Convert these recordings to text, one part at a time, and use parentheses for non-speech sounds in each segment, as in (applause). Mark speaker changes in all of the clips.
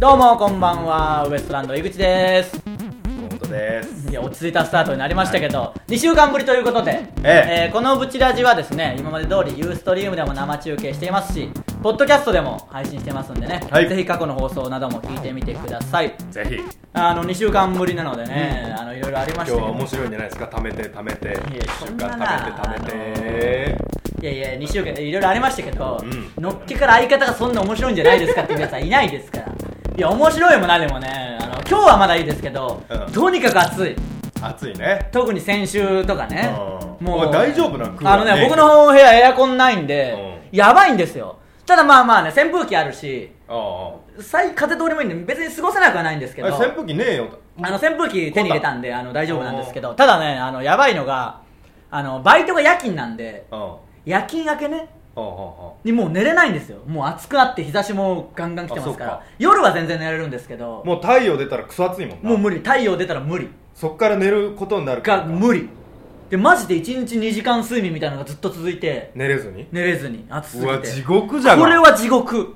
Speaker 1: どうもこんばんはウエストランド井口です
Speaker 2: 本当です
Speaker 1: いや落ち着いたスタートになりましたけど、2週間ぶりということで、
Speaker 2: え
Speaker 1: えーこのブチラジはですね今まで通りユーストリームでも生中継していますしポッドキャストでも配信してますんでね、
Speaker 2: はい
Speaker 1: ぜひ過去の放送なども聞いてみてください
Speaker 2: ぜひ
Speaker 1: あの2週間ぶりなのでね、あのいろいろありま
Speaker 2: 今
Speaker 1: し
Speaker 2: 日
Speaker 1: たけ
Speaker 2: は
Speaker 1: ど
Speaker 2: 面白いんじゃないですか貯めて貯めて1
Speaker 1: そ
Speaker 2: 週
Speaker 1: んな
Speaker 2: 間
Speaker 1: な
Speaker 2: 貯めて貯めて
Speaker 1: いやいや2週間いろいろありましたけど、
Speaker 2: う
Speaker 1: のっけから相方がそんな面白いんじゃないですかっていうやつはいないですからいや面白いもなでもねあの今日はまだいいですけど、
Speaker 2: うん
Speaker 1: とにかく暑い
Speaker 2: 暑いね
Speaker 1: 特に先週とかね
Speaker 2: うんお前大丈夫なのクーラ
Speaker 1: あ
Speaker 2: ー
Speaker 1: のね
Speaker 2: ね
Speaker 1: 僕の部屋エアコンないんで、やばいんですよただまあまあね扇風機あるし
Speaker 2: ああ
Speaker 1: 最風通りもいいんで別に過ごせなくはないんですけど
Speaker 2: あれ扇風機ねえよ
Speaker 1: あの扇風機手に入れたんであの大丈夫なんですけどただねあのやばいのがあのバイトが夜勤なんで
Speaker 2: うんうん
Speaker 1: 夜勤明けね
Speaker 2: うんうん
Speaker 1: にもう寝れないんですよもう暑くなって日差しもガンガン来てますから
Speaker 2: あそっか
Speaker 1: 夜は全然寝れるんですけども
Speaker 2: もう太陽出たら草暑いもん
Speaker 1: う
Speaker 2: な
Speaker 1: 無理太陽出たら無理
Speaker 2: そっから寝ることになるから
Speaker 1: が無理でマジで1日2時間睡眠みたいなのがずっと続いて
Speaker 2: 寝れずに
Speaker 1: 寝れずに暑すぎ
Speaker 2: う
Speaker 1: て
Speaker 2: わ地獄じゃん
Speaker 1: これは地獄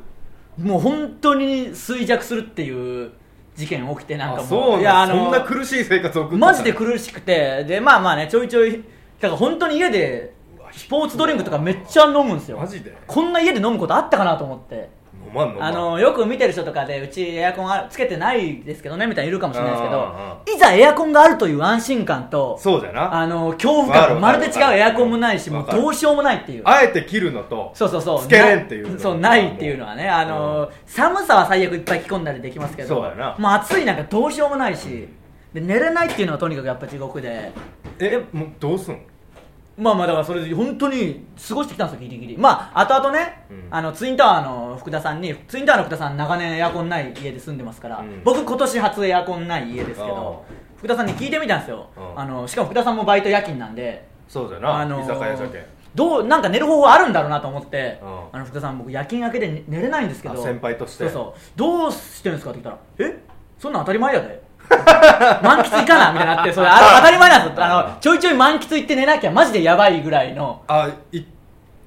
Speaker 1: もう本当に衰弱するっていう事件起きてなんかも
Speaker 2: あ
Speaker 1: う
Speaker 2: そう
Speaker 1: いやあ
Speaker 2: な
Speaker 1: の
Speaker 2: のそんな苦しい生活を送ってた
Speaker 1: マジで苦しくてでまあまあねちょいちょいだから本当に家でスポーツドリンクとかめっちゃ飲むんですよ
Speaker 2: マジで
Speaker 1: こんな家で飲むことあったかなと思って
Speaker 2: 飲まんの
Speaker 1: あのよく見てる人とかでうちエアコンあつけてないですけどねみたいないるかもしれないですけ
Speaker 2: うん
Speaker 1: ど
Speaker 2: うん
Speaker 1: いざエアコンがあるという安心感と
Speaker 2: そうじゃな
Speaker 1: あの恐怖
Speaker 2: わか
Speaker 1: 感
Speaker 2: る
Speaker 1: が
Speaker 2: わ
Speaker 1: ま
Speaker 2: か
Speaker 1: る
Speaker 2: る
Speaker 1: で違うエアコンもないしも
Speaker 2: わ
Speaker 1: う
Speaker 2: かる
Speaker 1: どうしようもないっていう
Speaker 2: あえて切るのと
Speaker 1: そうそうそう
Speaker 2: つけれんっていうの
Speaker 1: なそうないっていうのはねあの、寒さは最悪いっぱい着込んだりできますけど
Speaker 2: そうだよな
Speaker 1: もう暑いなんかどうしようもないしで寝れないっていうのはとにかくやっぱ地獄で
Speaker 2: えもうどうすんの
Speaker 1: まあまあだからそれで本当に過ごしてきたんですよギリギリまあ後々ね、
Speaker 2: うん
Speaker 1: あのツインタワーの福田さんにツインタワーの福田さん長年エアコンない家で住んでますから、
Speaker 2: うん
Speaker 1: 僕今年初エアコンない家ですけど
Speaker 2: あ
Speaker 1: 福田さんに聞いてみたんですよ、
Speaker 2: うん
Speaker 1: あのしかも福田さんもバイト夜勤なんで
Speaker 2: そうじゃな、
Speaker 1: ー
Speaker 2: 居酒屋酒
Speaker 1: どうなんか寝る方法あるんだろうなと思って、
Speaker 2: うん
Speaker 1: あの福田さん僕夜勤明けで寝寝れないんですけど
Speaker 2: あ先輩として
Speaker 1: そうそうどうしてるんですかって言ったらえそんなん当たり前やで (laughs) 満喫いかなみたいになってそれあ当たり前なんですよあのちょいちょい満喫行って寝なきゃマジでやばいぐらいの
Speaker 2: あ行っ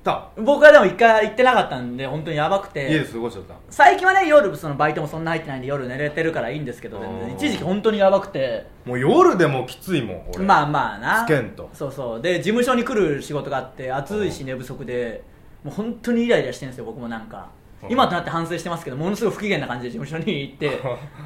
Speaker 2: た
Speaker 1: 僕はでも一回行ってなかったんで本当にやばくて
Speaker 2: 家で過ごしちゃった
Speaker 1: 最近はね夜そのバイトもそんな入ってないんで夜寝れてるからいいんですけど全然
Speaker 2: うん
Speaker 1: 一時期本当にやばくて
Speaker 2: もう夜でもきついもん俺
Speaker 1: まあまあな
Speaker 2: つけんと
Speaker 1: そうそうで事務所に来る仕事があって暑いし寝不足でもう本当にイライラしてるんですよ僕もなんか
Speaker 2: うん
Speaker 1: 今となって反省してますけどものすごい不機嫌な感じで事務所に
Speaker 2: (laughs)
Speaker 1: 行って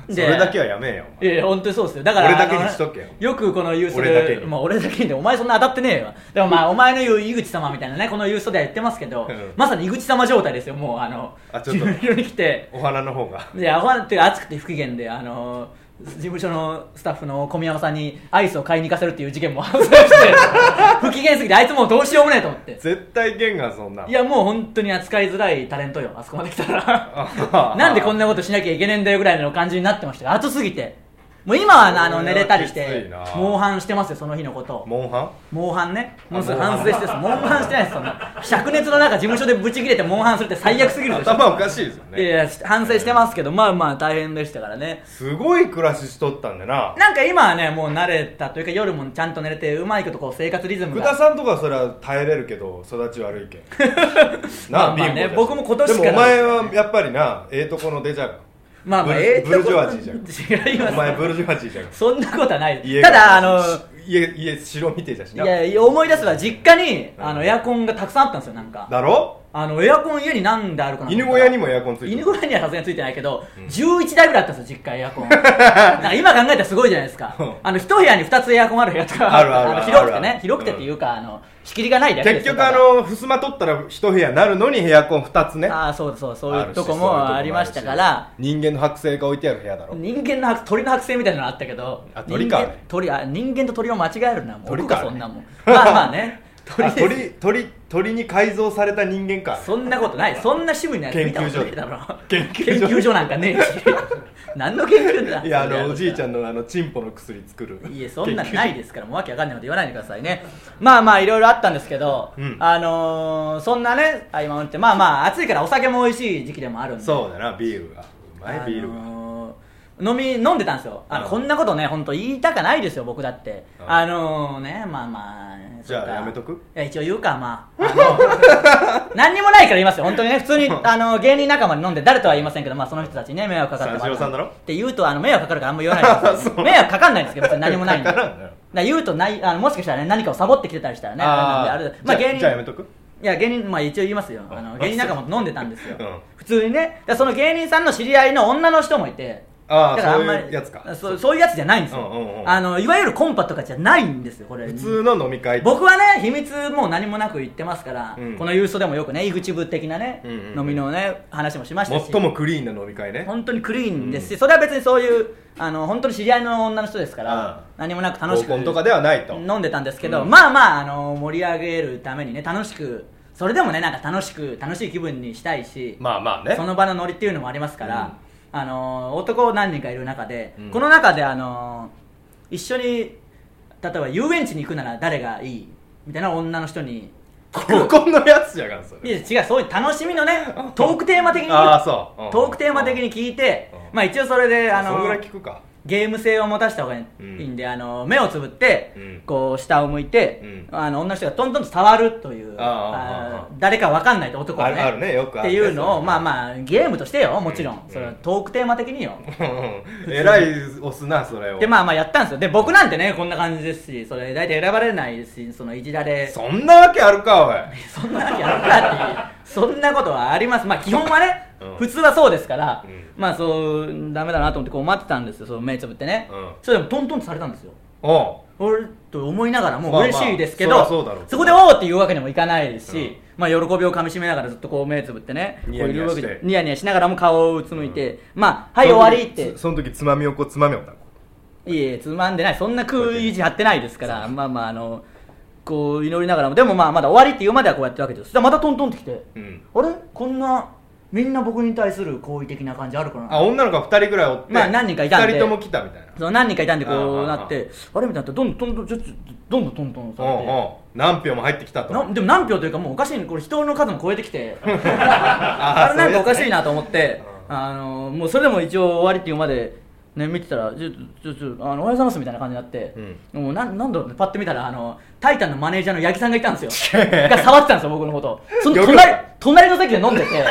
Speaker 2: それだけ
Speaker 1: は
Speaker 2: はやめえよお
Speaker 1: いやいや本当にそうですよだから
Speaker 2: 俺だけにしとけよ
Speaker 1: あのよくこのユーストで
Speaker 2: 俺だけに
Speaker 1: まあ、俺だけにでお前そんな当たってねえよでもまあお前の言う井口様みたいなねこのユーストでは言ってますけど、
Speaker 2: うん
Speaker 1: まさに井口様状態ですよもうあの
Speaker 2: あちょっと
Speaker 1: 事務所に来て
Speaker 2: 前お花の方が
Speaker 1: でアホなんて暑くて不機嫌であの事務所のスタッフの小宮山さんにアイスを買いに行かせるっていう事件も (laughs) 発生して不機嫌すぎてあいつもうどうしようもねえと思って
Speaker 2: 絶対ゲンがそんない
Speaker 1: やもう本当に扱いづらいタレントよあそこまで来た
Speaker 2: (laughs)
Speaker 1: らなんでこん
Speaker 2: な
Speaker 1: なことしなきゃいけねえんだよぐらいの感じになってましたよ暑すぎてもう今はなあの
Speaker 2: これ
Speaker 1: 寝
Speaker 2: は
Speaker 1: れたりし
Speaker 2: きつ
Speaker 1: て
Speaker 2: いな
Speaker 1: 猛反してますよその日のことを
Speaker 2: モンハン
Speaker 1: 猛反ねもうすぐ
Speaker 2: あ
Speaker 1: 反
Speaker 2: 猛
Speaker 1: 省
Speaker 2: 反
Speaker 1: してです猛反してないですそんな灼熱の中事務所でブチ切れて猛反するって最悪すぎるでしょ
Speaker 2: 頭おかしいですよ
Speaker 1: いや
Speaker 2: ね
Speaker 1: いや反省してますけどまあまあ大変でしたからね
Speaker 2: すごい暮らししとったんでな
Speaker 1: なんか今はねもう慣れたというか夜もちゃんと寝れてうまいことこう生活リズム
Speaker 2: 福田
Speaker 1: が
Speaker 2: さんとかはそれは耐えれるけど育ち悪
Speaker 1: (laughs)
Speaker 2: いけん
Speaker 1: ま
Speaker 2: な
Speaker 1: あ
Speaker 2: あ
Speaker 1: まあね僕も今年から
Speaker 2: でもお前はやっぱりなええとこの出じゃが
Speaker 1: まあまあ
Speaker 2: ブル
Speaker 1: ええ
Speaker 2: ブルジョワジーじゃ
Speaker 1: ゃん (laughs) 違いま
Speaker 2: お
Speaker 1: す
Speaker 2: 前ブルジョワジーじゃが
Speaker 1: そんなことはない
Speaker 2: 家が
Speaker 1: ただあの
Speaker 2: し家家城見てえじゃしない
Speaker 1: や思い出せば実家にあの
Speaker 2: うん
Speaker 1: エアコンがたくさんあったんですよなんか
Speaker 2: だろ
Speaker 1: あのエアコン家に何台あるかな
Speaker 2: 犬小屋にもエアコンついてる
Speaker 1: 犬小屋にはさすがについてないけど、11台ぐらいあったんですよ実家エアコ
Speaker 2: (laughs)
Speaker 1: ンなんか今考えたらすごいじゃないですか
Speaker 2: うん
Speaker 1: あの一部屋に2つエアコンある部屋とか
Speaker 2: あるある
Speaker 1: の
Speaker 2: ある
Speaker 1: 広くて
Speaker 2: あるあ
Speaker 1: ね
Speaker 2: る
Speaker 1: 広くてっていうか、あの仕切りがないだけで
Speaker 2: 結
Speaker 1: すよ
Speaker 2: 局あの襖取ったら一部屋なるのにエアコン2つね
Speaker 1: ああそうそうそう
Speaker 2: あ
Speaker 1: い
Speaker 2: る
Speaker 1: う
Speaker 2: し
Speaker 1: とこ
Speaker 2: そういうとこ
Speaker 1: も
Speaker 2: も
Speaker 1: ありましたから
Speaker 2: あるし人間の剥製が置いてある部屋だろ
Speaker 1: 人間の剥鳥の剥製みたいなのあったけど
Speaker 2: あ鳥か
Speaker 1: 人間鳥あ人間と鳥を間違えるなもう
Speaker 2: 鳥
Speaker 1: 僕が
Speaker 2: か
Speaker 1: そんなもんまあまあね鳥
Speaker 2: あ
Speaker 1: です
Speaker 2: (laughs) 鳥鳥鳥に改造された人間か
Speaker 1: そんなことないそんな趣味のやつ見たことねえだろ
Speaker 2: 研究所
Speaker 1: 研究所なんかねえし (laughs) 何の研究だ
Speaker 2: いやあのおじいちゃ
Speaker 1: ん
Speaker 2: んのあのチンポの薬作る
Speaker 1: いやそんなんないですからもうわけわかんないこと言わないでくださいねまあまあいろいろあったんですけど、
Speaker 2: うん
Speaker 1: あのー、そんなね合間を打ってまあまあ暑いからお酒も美味しい時期でもあるんで
Speaker 2: そうだなビールがうまいビールが
Speaker 1: あのー飲み飲んでたんですよあの、
Speaker 2: うん
Speaker 1: こんなことね本当言いたかないですよ僕だって、
Speaker 2: うん
Speaker 1: あのねまあまあ
Speaker 2: じゃあ
Speaker 1: そうか
Speaker 2: やめとく
Speaker 1: いや一応言うかまああ
Speaker 2: (laughs)
Speaker 1: の何にもないから言いますよ本当にね普通にあの芸人仲間に飲んで誰とは言いませんけど、まあ、その人たちにね迷惑かかって
Speaker 2: 三四郎さんだろ
Speaker 1: って言うとあの迷惑かかるからあんま言わない
Speaker 2: (laughs)
Speaker 1: です
Speaker 2: そう
Speaker 1: 迷惑かかんないんですけど別に何もないんで
Speaker 2: かからんのよ
Speaker 1: だから言うとないあのもしかしたら、ね、何かをサボってきてたりしたらね
Speaker 2: あー
Speaker 1: れなんであれまあ
Speaker 2: じゃ
Speaker 1: 芸人
Speaker 2: じゃあやめとく
Speaker 1: いや芸人まあ一応言いますよあの
Speaker 2: あ
Speaker 1: 芸人仲間と飲んでたんですよ、
Speaker 2: うん
Speaker 1: 普通にねでその芸人さんの知り合いの女の人もいて
Speaker 2: ああ
Speaker 1: だからんまり
Speaker 2: そういうやつか
Speaker 1: そうそういうやつじゃないんですよ、
Speaker 2: うんうんうん
Speaker 1: あのいわゆるコンパとかじゃないんですよこれ
Speaker 2: 普通の飲み会
Speaker 1: 僕はね秘密もう何もなく言ってますから、
Speaker 2: うん
Speaker 1: この郵送でもよくね井口部的なね、
Speaker 2: うんうんうん
Speaker 1: 飲みのね話もしましたし
Speaker 2: 最もクリーンな飲み会ね
Speaker 1: 本当にクリーンですし、それは別にそういうあの本当に知り合いの女の人ですから、
Speaker 2: う
Speaker 1: 何もなく楽しく
Speaker 2: 合コンとかではないと
Speaker 1: 飲んでたんですけど、
Speaker 2: うん
Speaker 1: まあまああの盛り上げるためにね楽しくそれでもねなんか楽しく楽しい気分にしたいし、
Speaker 2: まあまあね
Speaker 1: その場のノリっていうのもありますから、あの男何人かいる中で、
Speaker 2: うん
Speaker 1: この中であの一緒に例えば遊園地に行くなら誰がいいみたいな女の人に
Speaker 2: 合コンのやつじゃがんそ
Speaker 1: い
Speaker 2: れ
Speaker 1: や違うそういう楽しみの
Speaker 2: (laughs)
Speaker 1: ねトークテーマ的に
Speaker 2: あーそううん
Speaker 1: トークテーマ的に聞いて、
Speaker 2: うん
Speaker 1: まあ一応それであ
Speaker 2: そんぐ
Speaker 1: の
Speaker 2: らい聞くか (laughs)
Speaker 1: ゲーム性を持たせた方がいい
Speaker 2: うん
Speaker 1: んで、あの目をつぶって、
Speaker 2: うん
Speaker 1: こう下を向いて、
Speaker 2: うん
Speaker 1: あの女の人がトントンと触るという
Speaker 2: あーあーあー
Speaker 1: あー誰かわかんないと男はね
Speaker 2: あるあるねよくある
Speaker 1: っていうのを
Speaker 2: ね
Speaker 1: まあまあゲームとしてよもちろん、
Speaker 2: うん
Speaker 1: それはトークテーマ的によ、
Speaker 2: えらい押すなそれを
Speaker 1: でまあまあやったんですよで僕なんてねこんな感じですしそれ大体選ばれないですしそのいじられ
Speaker 2: そんなわけあるかおい
Speaker 1: そんなわけあるかっていうそんなことはありますまあ基本はね、
Speaker 2: うん
Speaker 1: 普通はそうですから、
Speaker 2: うん
Speaker 1: まあそうダメだなと思ってこう待ってたんですよその目つぶってね、
Speaker 2: うん
Speaker 1: それでもトントンとされたんですよ
Speaker 2: お
Speaker 1: 俺と思いながらも
Speaker 2: まあまあ
Speaker 1: 嬉しいですけ
Speaker 2: そ
Speaker 1: ど、
Speaker 2: りゃそうだろう
Speaker 1: こでおーっていうわけにもいかないですし、
Speaker 2: うん
Speaker 1: まあ、喜びをかみしめながらずっとこう目つぶってね
Speaker 2: ニヤニヤして
Speaker 1: こういるわけでニヤニヤしながらも顔をうつむいて、まあ
Speaker 2: う
Speaker 1: はい終わりって
Speaker 2: その時つまみをこうつまみをた
Speaker 1: いえつまんでないそんな空維持張ってないですからまあまああのこう祈りながらもでもまあまだ終わりって言うまではこうやってるわけですそしたらまたトントンってきて、
Speaker 2: うん
Speaker 1: あれこんなみんな僕に対する好意的な感じあるかな
Speaker 2: あ女の子が2人ぐらいおって
Speaker 1: まあ何人かいたんで
Speaker 2: 2人とも来たみたいな
Speaker 1: その何人かいたんでこう
Speaker 2: ああああ
Speaker 1: なってあれみたいになってどんどんどんどんちょどんどんトントンされて
Speaker 2: おうおう何票も入ってきたと
Speaker 1: なでも何票というかもうおかしいねこれ人の数も超えてきて
Speaker 2: あ
Speaker 1: あれなんかおかしい
Speaker 2: な
Speaker 1: なと思って
Speaker 2: う
Speaker 1: あのもうそれでも一応終わりっていうまで、ね、見てたらちょちょちょあのおはようございますみたいな感じになって、もうなんなんだろうねパッて見たらあのタイタンのマネージャーの八木さんがいたんですよが触ってたんですよ僕のことその
Speaker 2: よく
Speaker 1: 隣隣の席で飲んでて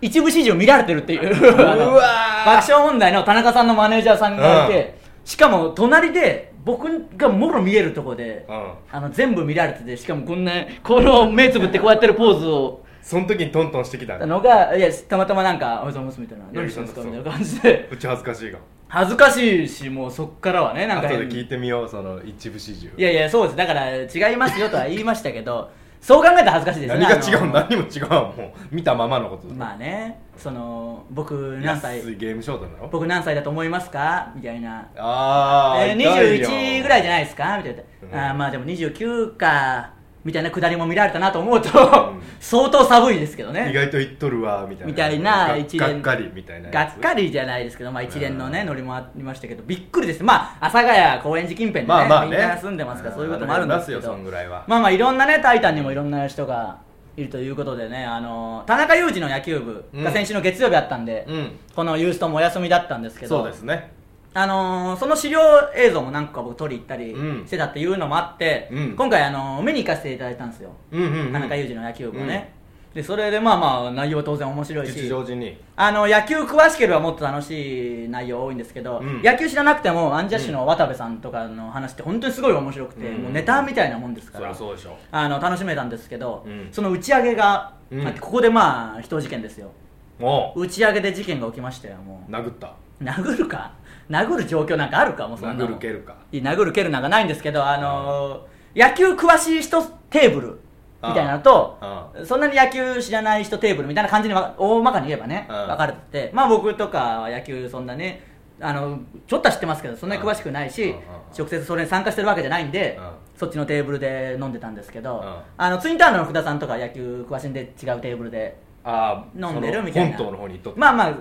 Speaker 1: 一部始終見られてるっていうあの
Speaker 2: うわー
Speaker 1: 爆笑問題の田中さんのマネージャーさんがいて、しかも隣で僕がもろ見えるとこで、
Speaker 2: うん
Speaker 1: あの全部見られててしかもこんなこの目つぶってこうやってるポーズを
Speaker 2: その時にトントンしてきた
Speaker 1: た
Speaker 2: ね
Speaker 1: のがいやたまたまなんか「おはようございます」みたいな「何してんですか?」みたいな感じで
Speaker 2: うち恥ずかしいが
Speaker 1: 恥ずかしいしもうそっからはねなんか
Speaker 2: 後で聞いてみようその一部始終
Speaker 1: いやいやそうですだから違いますよとは言いましたけどそう考えたら恥ずかしいです
Speaker 2: 何が違
Speaker 1: あ
Speaker 2: う
Speaker 1: の
Speaker 2: 何も違うわもう見たままのことだ
Speaker 1: まあねその僕何歳
Speaker 2: 安いゲームショートなの
Speaker 1: 僕何歳だと思いますかみたいな
Speaker 2: ああ
Speaker 1: えー21ぐら
Speaker 2: い
Speaker 1: いじゃないですかみたい
Speaker 2: うん
Speaker 1: な、あーまあでも29かみたいなくだりも見られたなと思うと、
Speaker 2: ん
Speaker 1: 相当寒いですけど
Speaker 2: 意
Speaker 1: ね
Speaker 2: 外と言っとるわみたいな
Speaker 1: みたいな
Speaker 2: が
Speaker 1: 一連
Speaker 2: がっかりみたいな
Speaker 1: が
Speaker 2: やつ
Speaker 1: っかりじゃないですけど、まあ、一連のね、
Speaker 2: うん
Speaker 1: ノリもありましたけどびっくりですまあ阿佐ヶ谷高円寺近辺でね,、
Speaker 2: まあまあね
Speaker 1: みんな住んでますからそういうこともあるんですけ
Speaker 2: あ
Speaker 1: ど
Speaker 2: の辺出すよそんぐらいは
Speaker 1: まあまあいろんなね「タイタン」にもいろんな人がいるということでねあの田中裕二の野球部が先週の月曜日あったんで、
Speaker 2: うん
Speaker 1: このユーストもお休みだったんですけど
Speaker 2: そうですね
Speaker 1: あのーその資料映像も何個か僕撮り行ったり
Speaker 2: うん
Speaker 1: してたっていうのもあって、
Speaker 2: うん
Speaker 1: 今回、あのー見に行かせていただいたんですよ、
Speaker 2: うんうんうん
Speaker 1: 田中裕二の野球部をね、でそれでまあまあ内容当然面白い
Speaker 2: 吉
Speaker 1: し
Speaker 2: 祥寺に
Speaker 1: あの野球詳しければもっと楽しい内容多いんですけど、
Speaker 2: うん
Speaker 1: 野球知らなくてもアンジャッシュの渡部さんとかの話って本当にすごい面白くて、
Speaker 2: うん
Speaker 1: もうネタみたいなもんですか
Speaker 2: そり
Speaker 1: ら
Speaker 2: ゃそうでしょ
Speaker 1: あの楽しめたんですけど、
Speaker 2: うん
Speaker 1: その打ち上げが、
Speaker 2: うん
Speaker 1: あってここでまあ人事件ですよ
Speaker 2: も
Speaker 1: 打ち上げで事件が起きましたよもう
Speaker 2: う殴った
Speaker 1: 殴るか殴る状況なんかあるかもうそんなの
Speaker 2: 殴る蹴るか
Speaker 1: いや殴る蹴るなんかないんですけどあのー野球詳しい人テーブルみたいなのと
Speaker 2: あ
Speaker 1: そんなに野球知らない人テーブルみたいな感じにわ大まかに言えばね
Speaker 2: ああ
Speaker 1: 分かれててまあ僕とかは野球そんなねあのちょっとは知ってますけどそんなに詳しくないし
Speaker 2: あああ
Speaker 1: 直接それに参加してるわけじゃないんで
Speaker 2: あ
Speaker 1: そっちのテーブルで飲んでたんですけど
Speaker 2: あ
Speaker 1: あのツインターンの福田さんとか野球詳しいんで違うテーブルで
Speaker 2: ああ
Speaker 1: 飲んでるみたいな
Speaker 2: 本島の方に行っとった
Speaker 1: まあまあ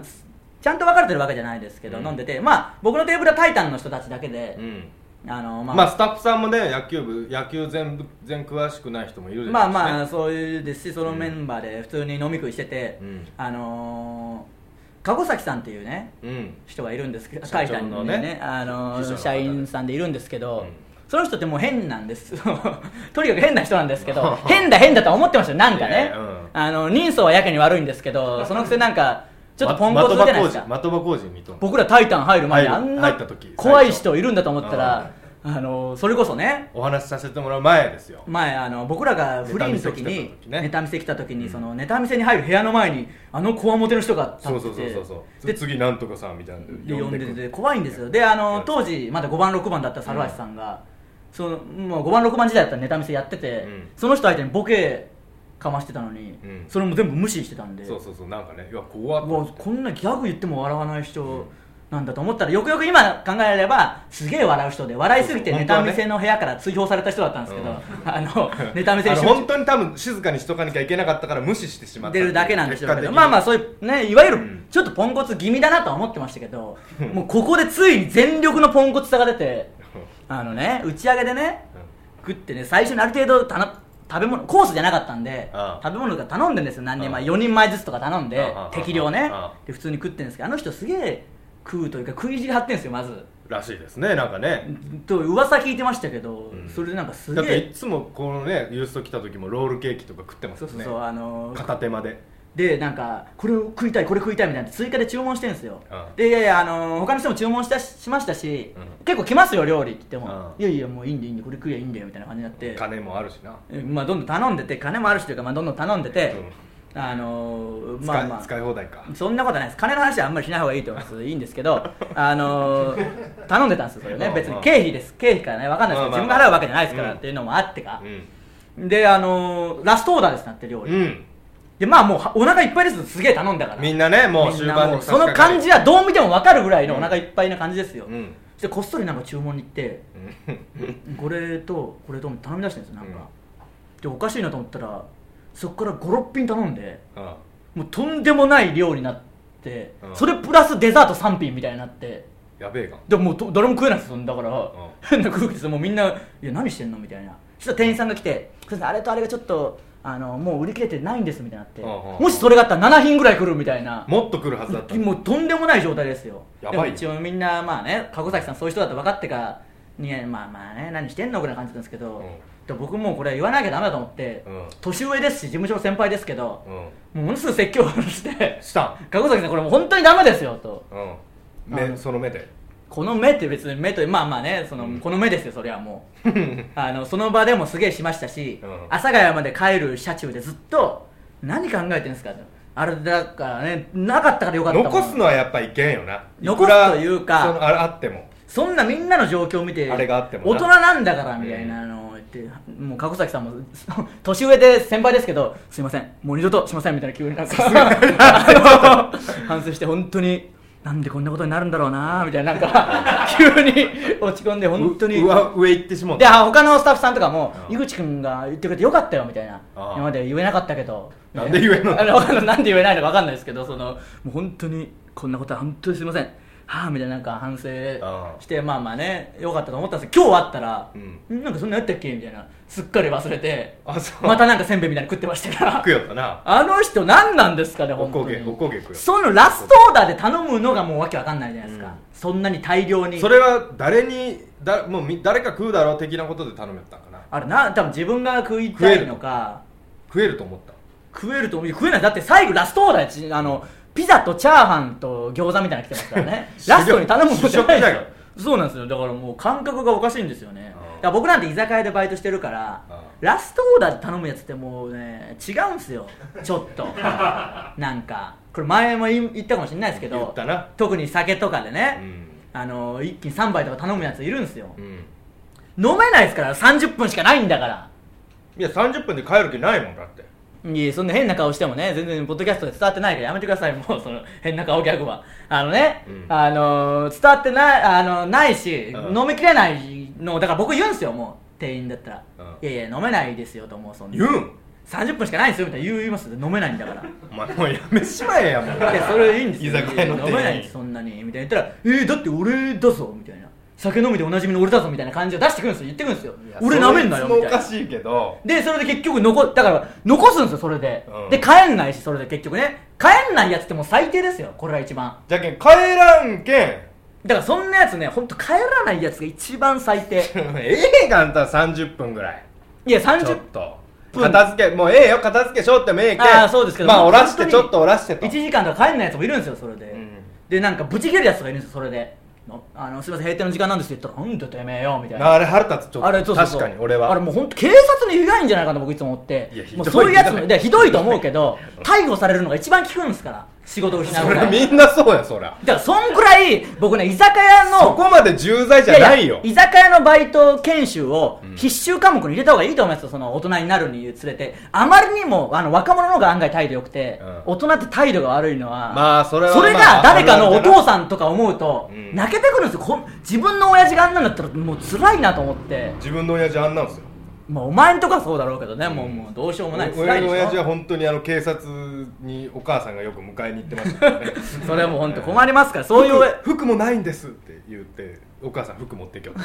Speaker 1: ちゃんと分かれてるわけじゃないですけど、
Speaker 2: うん
Speaker 1: 飲んでてまあ僕のテーブルはタイタンの人たちだけで
Speaker 2: う、ん
Speaker 1: あのま
Speaker 2: ま
Speaker 1: あ
Speaker 2: あ、
Speaker 1: まあ
Speaker 2: スタッフさんもね野球部野球全部全詳しくない人もいるでしょうしね
Speaker 1: まあそういうですしそのメンバーで普通に飲み食いしてて、
Speaker 2: うん
Speaker 1: あのー籠崎さんっていうね
Speaker 2: うん
Speaker 1: 人がいるんですけど
Speaker 2: 社
Speaker 1: タイ
Speaker 2: 長
Speaker 1: タン
Speaker 2: の
Speaker 1: に
Speaker 2: ね
Speaker 1: ねあの
Speaker 2: 秘書の方で
Speaker 1: 社員さんでいるんですけど、
Speaker 2: うん
Speaker 1: その人ってもう変なんです (laughs) とにかく変な人なんですけど変だ変だとは思ってましたよなんか
Speaker 2: いやい
Speaker 1: ね、
Speaker 2: やうん
Speaker 1: あの人相はやけに悪いんですけどそのくせなんかちょっとポンコツじゃないですか、
Speaker 2: ま的場工事にと
Speaker 1: 僕らタイタン入る前にあ
Speaker 2: 入る
Speaker 1: ん
Speaker 2: 入
Speaker 1: な
Speaker 2: った時
Speaker 1: 怖い
Speaker 2: 最初
Speaker 1: 人いるんだと思ったらあのそれこそね
Speaker 2: お話しさせてもらう前ですよ
Speaker 1: 前あの僕らがフリーの時にネ
Speaker 2: ネ
Speaker 1: タ
Speaker 2: タ
Speaker 1: 見せ来た時
Speaker 2: う
Speaker 1: に
Speaker 2: ん
Speaker 1: そのネタ見せに入る部屋の前にあのこわもての人が立
Speaker 2: そうそ
Speaker 1: っ
Speaker 2: うそう
Speaker 1: て
Speaker 2: そう
Speaker 1: て
Speaker 2: そう次なんとかさんみたいな
Speaker 1: で呼んで
Speaker 2: く
Speaker 1: て
Speaker 2: る
Speaker 1: 怖いんですよであ
Speaker 2: う
Speaker 1: の
Speaker 2: ん
Speaker 1: 当時まだ5番6番だった猿橋さんが、そのもう5番6番時代だったらネタ見せやってて、
Speaker 2: うん
Speaker 1: その人相手にボケかましてたのに、
Speaker 2: うん
Speaker 1: それも全部無視してたんで
Speaker 2: そうそうそうなんかねいや怖っ
Speaker 1: うわこんなギャグ言っても笑わない人なんだと思ったらよくよく今考えればすげえ笑う人で笑いすぎて
Speaker 2: そうそう
Speaker 1: ネタ見せの部屋から追放された人だったんですけど、
Speaker 2: うん
Speaker 1: あの (laughs) ネタ見せ
Speaker 2: あ
Speaker 1: に集中
Speaker 2: の本当に多分静かにしとかなきゃいけなかったから無視してしまった
Speaker 1: 出るだけなんでしょうけ
Speaker 2: 結果的
Speaker 1: ど
Speaker 2: に
Speaker 1: まあまあそういうねいわゆる
Speaker 2: うん
Speaker 1: ちょっとポンコツ気味だなとは思ってましたけ
Speaker 2: (laughs)
Speaker 1: ど、もうここでついに全力のポンコツさが出てあのね打ち上げでね食ってね最初にある程度たな食べ物コースじゃなかったんで
Speaker 2: ああ
Speaker 1: 食べ物が頼んでんですよ何人前
Speaker 2: ああ
Speaker 1: 4人前ずつとか頼んで
Speaker 2: ああ
Speaker 1: 適量ね
Speaker 2: ああ
Speaker 1: で普通に食ってるんですけどあの人すげえ食うというか食い意地張ってんですよまず
Speaker 2: うんらしいですねなんかね
Speaker 1: と噂聞いてましたけど
Speaker 2: うん
Speaker 1: それでなんかすげ
Speaker 2: だってい
Speaker 1: え
Speaker 2: つもこのねユースト来た時もロールケーキとか食ってま
Speaker 1: そ
Speaker 2: す
Speaker 1: う
Speaker 2: よ
Speaker 1: そう
Speaker 2: ね
Speaker 1: そうあのー
Speaker 2: 片手間で
Speaker 1: でなんかこれを食いたいこれ食いたいみたいな追加で注文してるんですよ、
Speaker 2: うん
Speaker 1: でいやいやあのー他の人も注文したししましたし、
Speaker 2: うん
Speaker 1: 結構来ますよ料理って言っても、
Speaker 2: うん
Speaker 1: いやいやもういいんでいいんでこれ食えばいいんだよみたいな感じになって
Speaker 2: 金もあるしな
Speaker 1: えまあ、どんどん頼んでて金もあるしというか、まあ、どんどん頼んでて、あのーまあま
Speaker 2: 使
Speaker 1: あ
Speaker 2: い使い放題か
Speaker 1: そんなことないです金の話はあんまりしない方がいいと思い
Speaker 2: (laughs)
Speaker 1: ますいいんですけど、あのー頼んでたんですよそれ
Speaker 2: ま
Speaker 1: ね
Speaker 2: あまあ
Speaker 1: 別に経費です経費からね分かんないですけど、
Speaker 2: まあまあ
Speaker 1: 自分が払うわけじゃないですから、
Speaker 2: うん
Speaker 1: っていうのもあってか
Speaker 2: う、ん
Speaker 1: であのーラストオーダーですなって料理、
Speaker 2: うん
Speaker 1: でまあもうはお腹いっぱいですすげえ頼んだから
Speaker 2: みんなねもう
Speaker 1: みん
Speaker 2: 終
Speaker 1: な
Speaker 2: 盤
Speaker 1: も
Speaker 2: に
Speaker 1: うその感じ
Speaker 2: は
Speaker 1: はどう見ても分かるぐらいのお腹いっぱいな感じですよ、
Speaker 2: うんうん
Speaker 1: そしてこっそりなんか注文に行ってこれとこれと頼み出してるんですよなんか、でおかしいなと思ったらそこから56品頼んで
Speaker 2: (laughs) あ
Speaker 1: もうとんでもない量になって、
Speaker 2: うん
Speaker 1: それプラスデザート3品みたいになって
Speaker 2: やべえが
Speaker 1: でももうど誰も食えないんですよだから、
Speaker 2: ん
Speaker 1: (laughs) 変な空気ですもうみんな「いや何してんの?」みたいなそしたら店員さんが来て「すいませんあれとあれがちょっとあのもう売り切れてないんです」みたいになって、
Speaker 2: うんうんうん
Speaker 1: もしそれがあったら7品ぐらい来るみたいな
Speaker 2: もっと来るはずだった
Speaker 1: もうとんでもない状態ですよ
Speaker 2: や
Speaker 1: で
Speaker 2: ばい
Speaker 1: も一応みんなまあね籠崎さんそういう人だと分かってからにまあまあね何してんのぐらいな感じだったんですけど、
Speaker 2: うん
Speaker 1: で僕もうこれ言わなきゃダメだと思って、
Speaker 2: うん
Speaker 1: 年上ですし事務所の先輩ですけど、
Speaker 2: うん
Speaker 1: もうものすごい説教して
Speaker 2: したん
Speaker 1: 籠崎さんこれもう本当にダメですよと
Speaker 2: うん
Speaker 1: あの
Speaker 2: 目その
Speaker 1: (laughs)
Speaker 2: 目で
Speaker 1: この目って別に目とまあまあねその、
Speaker 2: うん
Speaker 1: この目ですよそれはもうあのその場でもすげえしましたし、
Speaker 2: うん
Speaker 1: 阿佐ヶ谷まで帰る車中でずっと何考えてるんですかとあれだからねなかったからよかったもん
Speaker 2: 残すのはやっぱいけんよな
Speaker 1: 残すというか
Speaker 2: くらそのあれあっても
Speaker 1: そんなみんなの状況を見て
Speaker 2: あれがあってもな
Speaker 1: 大人なんだからみたいなのを言って、もう籠崎さんも (laughs) 年上で先輩ですけどすいませんもう二度としませんみたいな急になんかあの (laughs) 反省して本当になんでこんなことになるんだろうなみたいななんか (laughs) 急に落ち込んで本当に
Speaker 2: ううわ上行ってしもう
Speaker 1: であ他のスタッフさんとかも
Speaker 2: うん
Speaker 1: 井口君が言ってくれてよかったよみたいな
Speaker 2: ああ
Speaker 1: 今まで言えなかったけど
Speaker 2: なんで言えんの
Speaker 1: あわかんないなんで言えないのか分かんないですけどそのもう本当にこんなことは本当にすいませんはあみたいななんか反省してまあまあねよかったと思ったんですけど今日会ったら、
Speaker 2: う
Speaker 1: なんかそんなやったっけみたいなすっかり忘れて
Speaker 2: あそう
Speaker 1: またなんかせんべいみたいなの食ってましたから
Speaker 2: 食うよったな
Speaker 1: あの人何なんですかね
Speaker 2: お
Speaker 1: 本当
Speaker 2: こ
Speaker 1: に
Speaker 2: げおこげ食うよ
Speaker 1: そのラストオーダーで頼むのがもうわけわかんないじゃないですか、
Speaker 2: うん
Speaker 1: そんなに大量に
Speaker 2: それは誰にだもうみ誰か食うだろう的なことで頼めたんかな
Speaker 1: あれな多分自分が食いたいのか
Speaker 2: 食えると思った
Speaker 1: 食えると思う食えないだって最後ラストオーダーやちあのピザとチャーハンと餃子みたいなの来てますから
Speaker 2: (laughs)
Speaker 1: ね
Speaker 2: 主食
Speaker 1: ラストに頼むもんじゃない
Speaker 2: 主食
Speaker 1: で
Speaker 2: だ
Speaker 1: す
Speaker 2: よ
Speaker 1: よそうなんですよだからもう感覚がおかしいんですよね
Speaker 2: う
Speaker 1: だ
Speaker 2: ん
Speaker 1: から僕なんて居酒屋でバイトしてるから
Speaker 2: うん
Speaker 1: ラストオーダーで頼むやつってもうね違うんすよちょっ
Speaker 2: (laughs)
Speaker 1: となんかこれ前も言言ったかもしれないですけ
Speaker 2: 言
Speaker 1: ど
Speaker 2: ったな
Speaker 1: 特に酒とかでね、
Speaker 2: うん
Speaker 1: あの一気に3杯とか頼むやついるんですよ、
Speaker 2: うん
Speaker 1: 飲めないですから30分しかないんだから
Speaker 2: いや30分で帰る気ないもんだって
Speaker 1: いやそんな変な顔してもね全然ポッドキャストで伝わってないからやめてくださいもうその変な顔ギャグはあのね、
Speaker 2: うん
Speaker 1: あのー伝わってないあのないし、
Speaker 2: うん
Speaker 1: 飲みきれないのだから僕言うんですよもう店員だったら、
Speaker 2: う
Speaker 1: いやいや飲めないですよと思うそんな
Speaker 2: 言うん
Speaker 1: 30分しかないんですよみたいな言う言いますよ飲めないんだ
Speaker 2: (laughs)
Speaker 1: から
Speaker 2: お前もうやめしまえやもう
Speaker 1: いやそれいいんですよ
Speaker 2: 居酒屋の
Speaker 1: 飲めないんですそんなにみたいな言ったら「えー、だって俺だぞ」みたいな酒飲みでおなじみの俺だぞみたいな感じを出してくるんですよ言ってくるんですよ俺なめんなよ
Speaker 2: そい
Speaker 1: み
Speaker 2: つも
Speaker 1: た
Speaker 2: お
Speaker 1: い
Speaker 2: か
Speaker 1: な
Speaker 2: しいけど
Speaker 1: でそれで結局残だから残すんですよそれで、
Speaker 2: うん
Speaker 1: で帰んないしそれで結局ね帰んないやつってもう最低ですよこれが一番
Speaker 2: じゃけん帰らんけん (laughs)
Speaker 1: だからそんなやつね本当帰らないやつが一番最低
Speaker 2: ええがあんた30分ぐらい
Speaker 1: いや
Speaker 2: ちょっ
Speaker 1: 30
Speaker 2: と
Speaker 1: 分
Speaker 2: 片付けもうええよ片付けしようってもええけん
Speaker 1: ああそうですけど
Speaker 2: まあ
Speaker 1: も
Speaker 2: お
Speaker 1: う
Speaker 2: らして
Speaker 1: 本
Speaker 2: ち
Speaker 1: 当に
Speaker 2: ょっとおらしてと
Speaker 1: 1時間とか帰んないやつもいるんですよそれで、
Speaker 2: うん
Speaker 1: でなんかブチ切るやつとかいるんですよそれでのあのすいません閉店の時間なんですって言ったらなんだてめえよみたいな
Speaker 2: なあれ腹立つちょっと
Speaker 1: あれそうそうそう
Speaker 2: 確かに俺は
Speaker 1: あれもう本当警察に被害んじゃないかな僕いつも思って
Speaker 2: いやひどい
Speaker 1: もうそういうやつ
Speaker 2: ひどい
Speaker 1: もでひどいと思うけ
Speaker 2: (laughs)
Speaker 1: ど逮捕されるのが一番効くんですから仕事を失う
Speaker 2: そ
Speaker 1: か
Speaker 2: り
Speaker 1: ら
Speaker 2: ゃ
Speaker 1: だ
Speaker 2: みんなそうやそりゃ
Speaker 1: からそんくらい僕ね居酒屋
Speaker 2: そ
Speaker 1: の
Speaker 2: こまで重罪じゃないよ
Speaker 1: 居酒屋のバイト研修を
Speaker 2: うん
Speaker 1: 必修科目に入れた方がいいと思いますよ、その大人になるにつれてあまりにもあの若者の方が案外態度良くて、
Speaker 2: うん
Speaker 1: 大人って態度が悪いのは、
Speaker 2: まあそれは
Speaker 1: それ
Speaker 2: ま
Speaker 1: が
Speaker 2: あ
Speaker 1: 誰かの
Speaker 2: ある
Speaker 1: お
Speaker 2: あるだな
Speaker 1: 父さんとか思うと、
Speaker 2: うん
Speaker 1: 泣けてくるんですよこん自分の親父があんなんだったらもう辛いなと思って、
Speaker 2: 自分の親父あんなんすよ
Speaker 1: まあ、お前んとこはそうだろうけどね、もうもうどうしようもない辛
Speaker 2: 俺
Speaker 1: いで
Speaker 2: の
Speaker 1: し
Speaker 2: 親父は
Speaker 1: ょ
Speaker 2: 本当にあの警察にお母さんがよく迎えに行ってましたからね
Speaker 1: それはもう本当困りますからそういう
Speaker 2: 服服もないんですって言ってお母さん服持ってきよって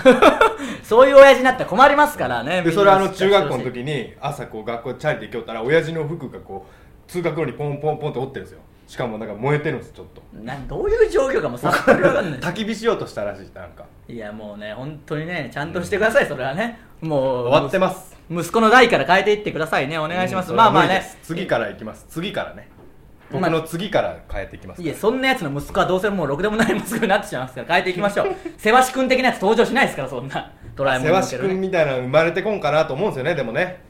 Speaker 1: そういう親父になったら困りますからね
Speaker 2: で
Speaker 1: みんな
Speaker 2: それあの中学校の時に朝こう学校でチャリで行きよったら親父の服がこう通学路にポンポンポンって折ってるんですよしかもなんか燃えてるんですちょっと
Speaker 1: なんどういう状況かもうさっぱりわかんない
Speaker 2: 焚き火しようとしたらしいなんか (laughs)
Speaker 1: いやもうね本当にねちゃんとしてください、それはねもう
Speaker 2: 終わってます
Speaker 1: 息子の代から変えていってくださいねお願いします、
Speaker 2: うん
Speaker 1: まあまあ
Speaker 2: それは無理
Speaker 1: ね
Speaker 2: です次から行きます次からね
Speaker 1: まあ
Speaker 2: 僕の次から変えていきます
Speaker 1: いやそんなやつの息子はどうせもうろくでもない息子になってしまいますから変えていきましょうせわし君的なやつ登場しないですからそんなドラえもん
Speaker 2: せ
Speaker 1: の
Speaker 2: わ
Speaker 1: け
Speaker 2: し
Speaker 1: どね
Speaker 2: 君みたいなの生まれてこんかなと思うんですよねでもね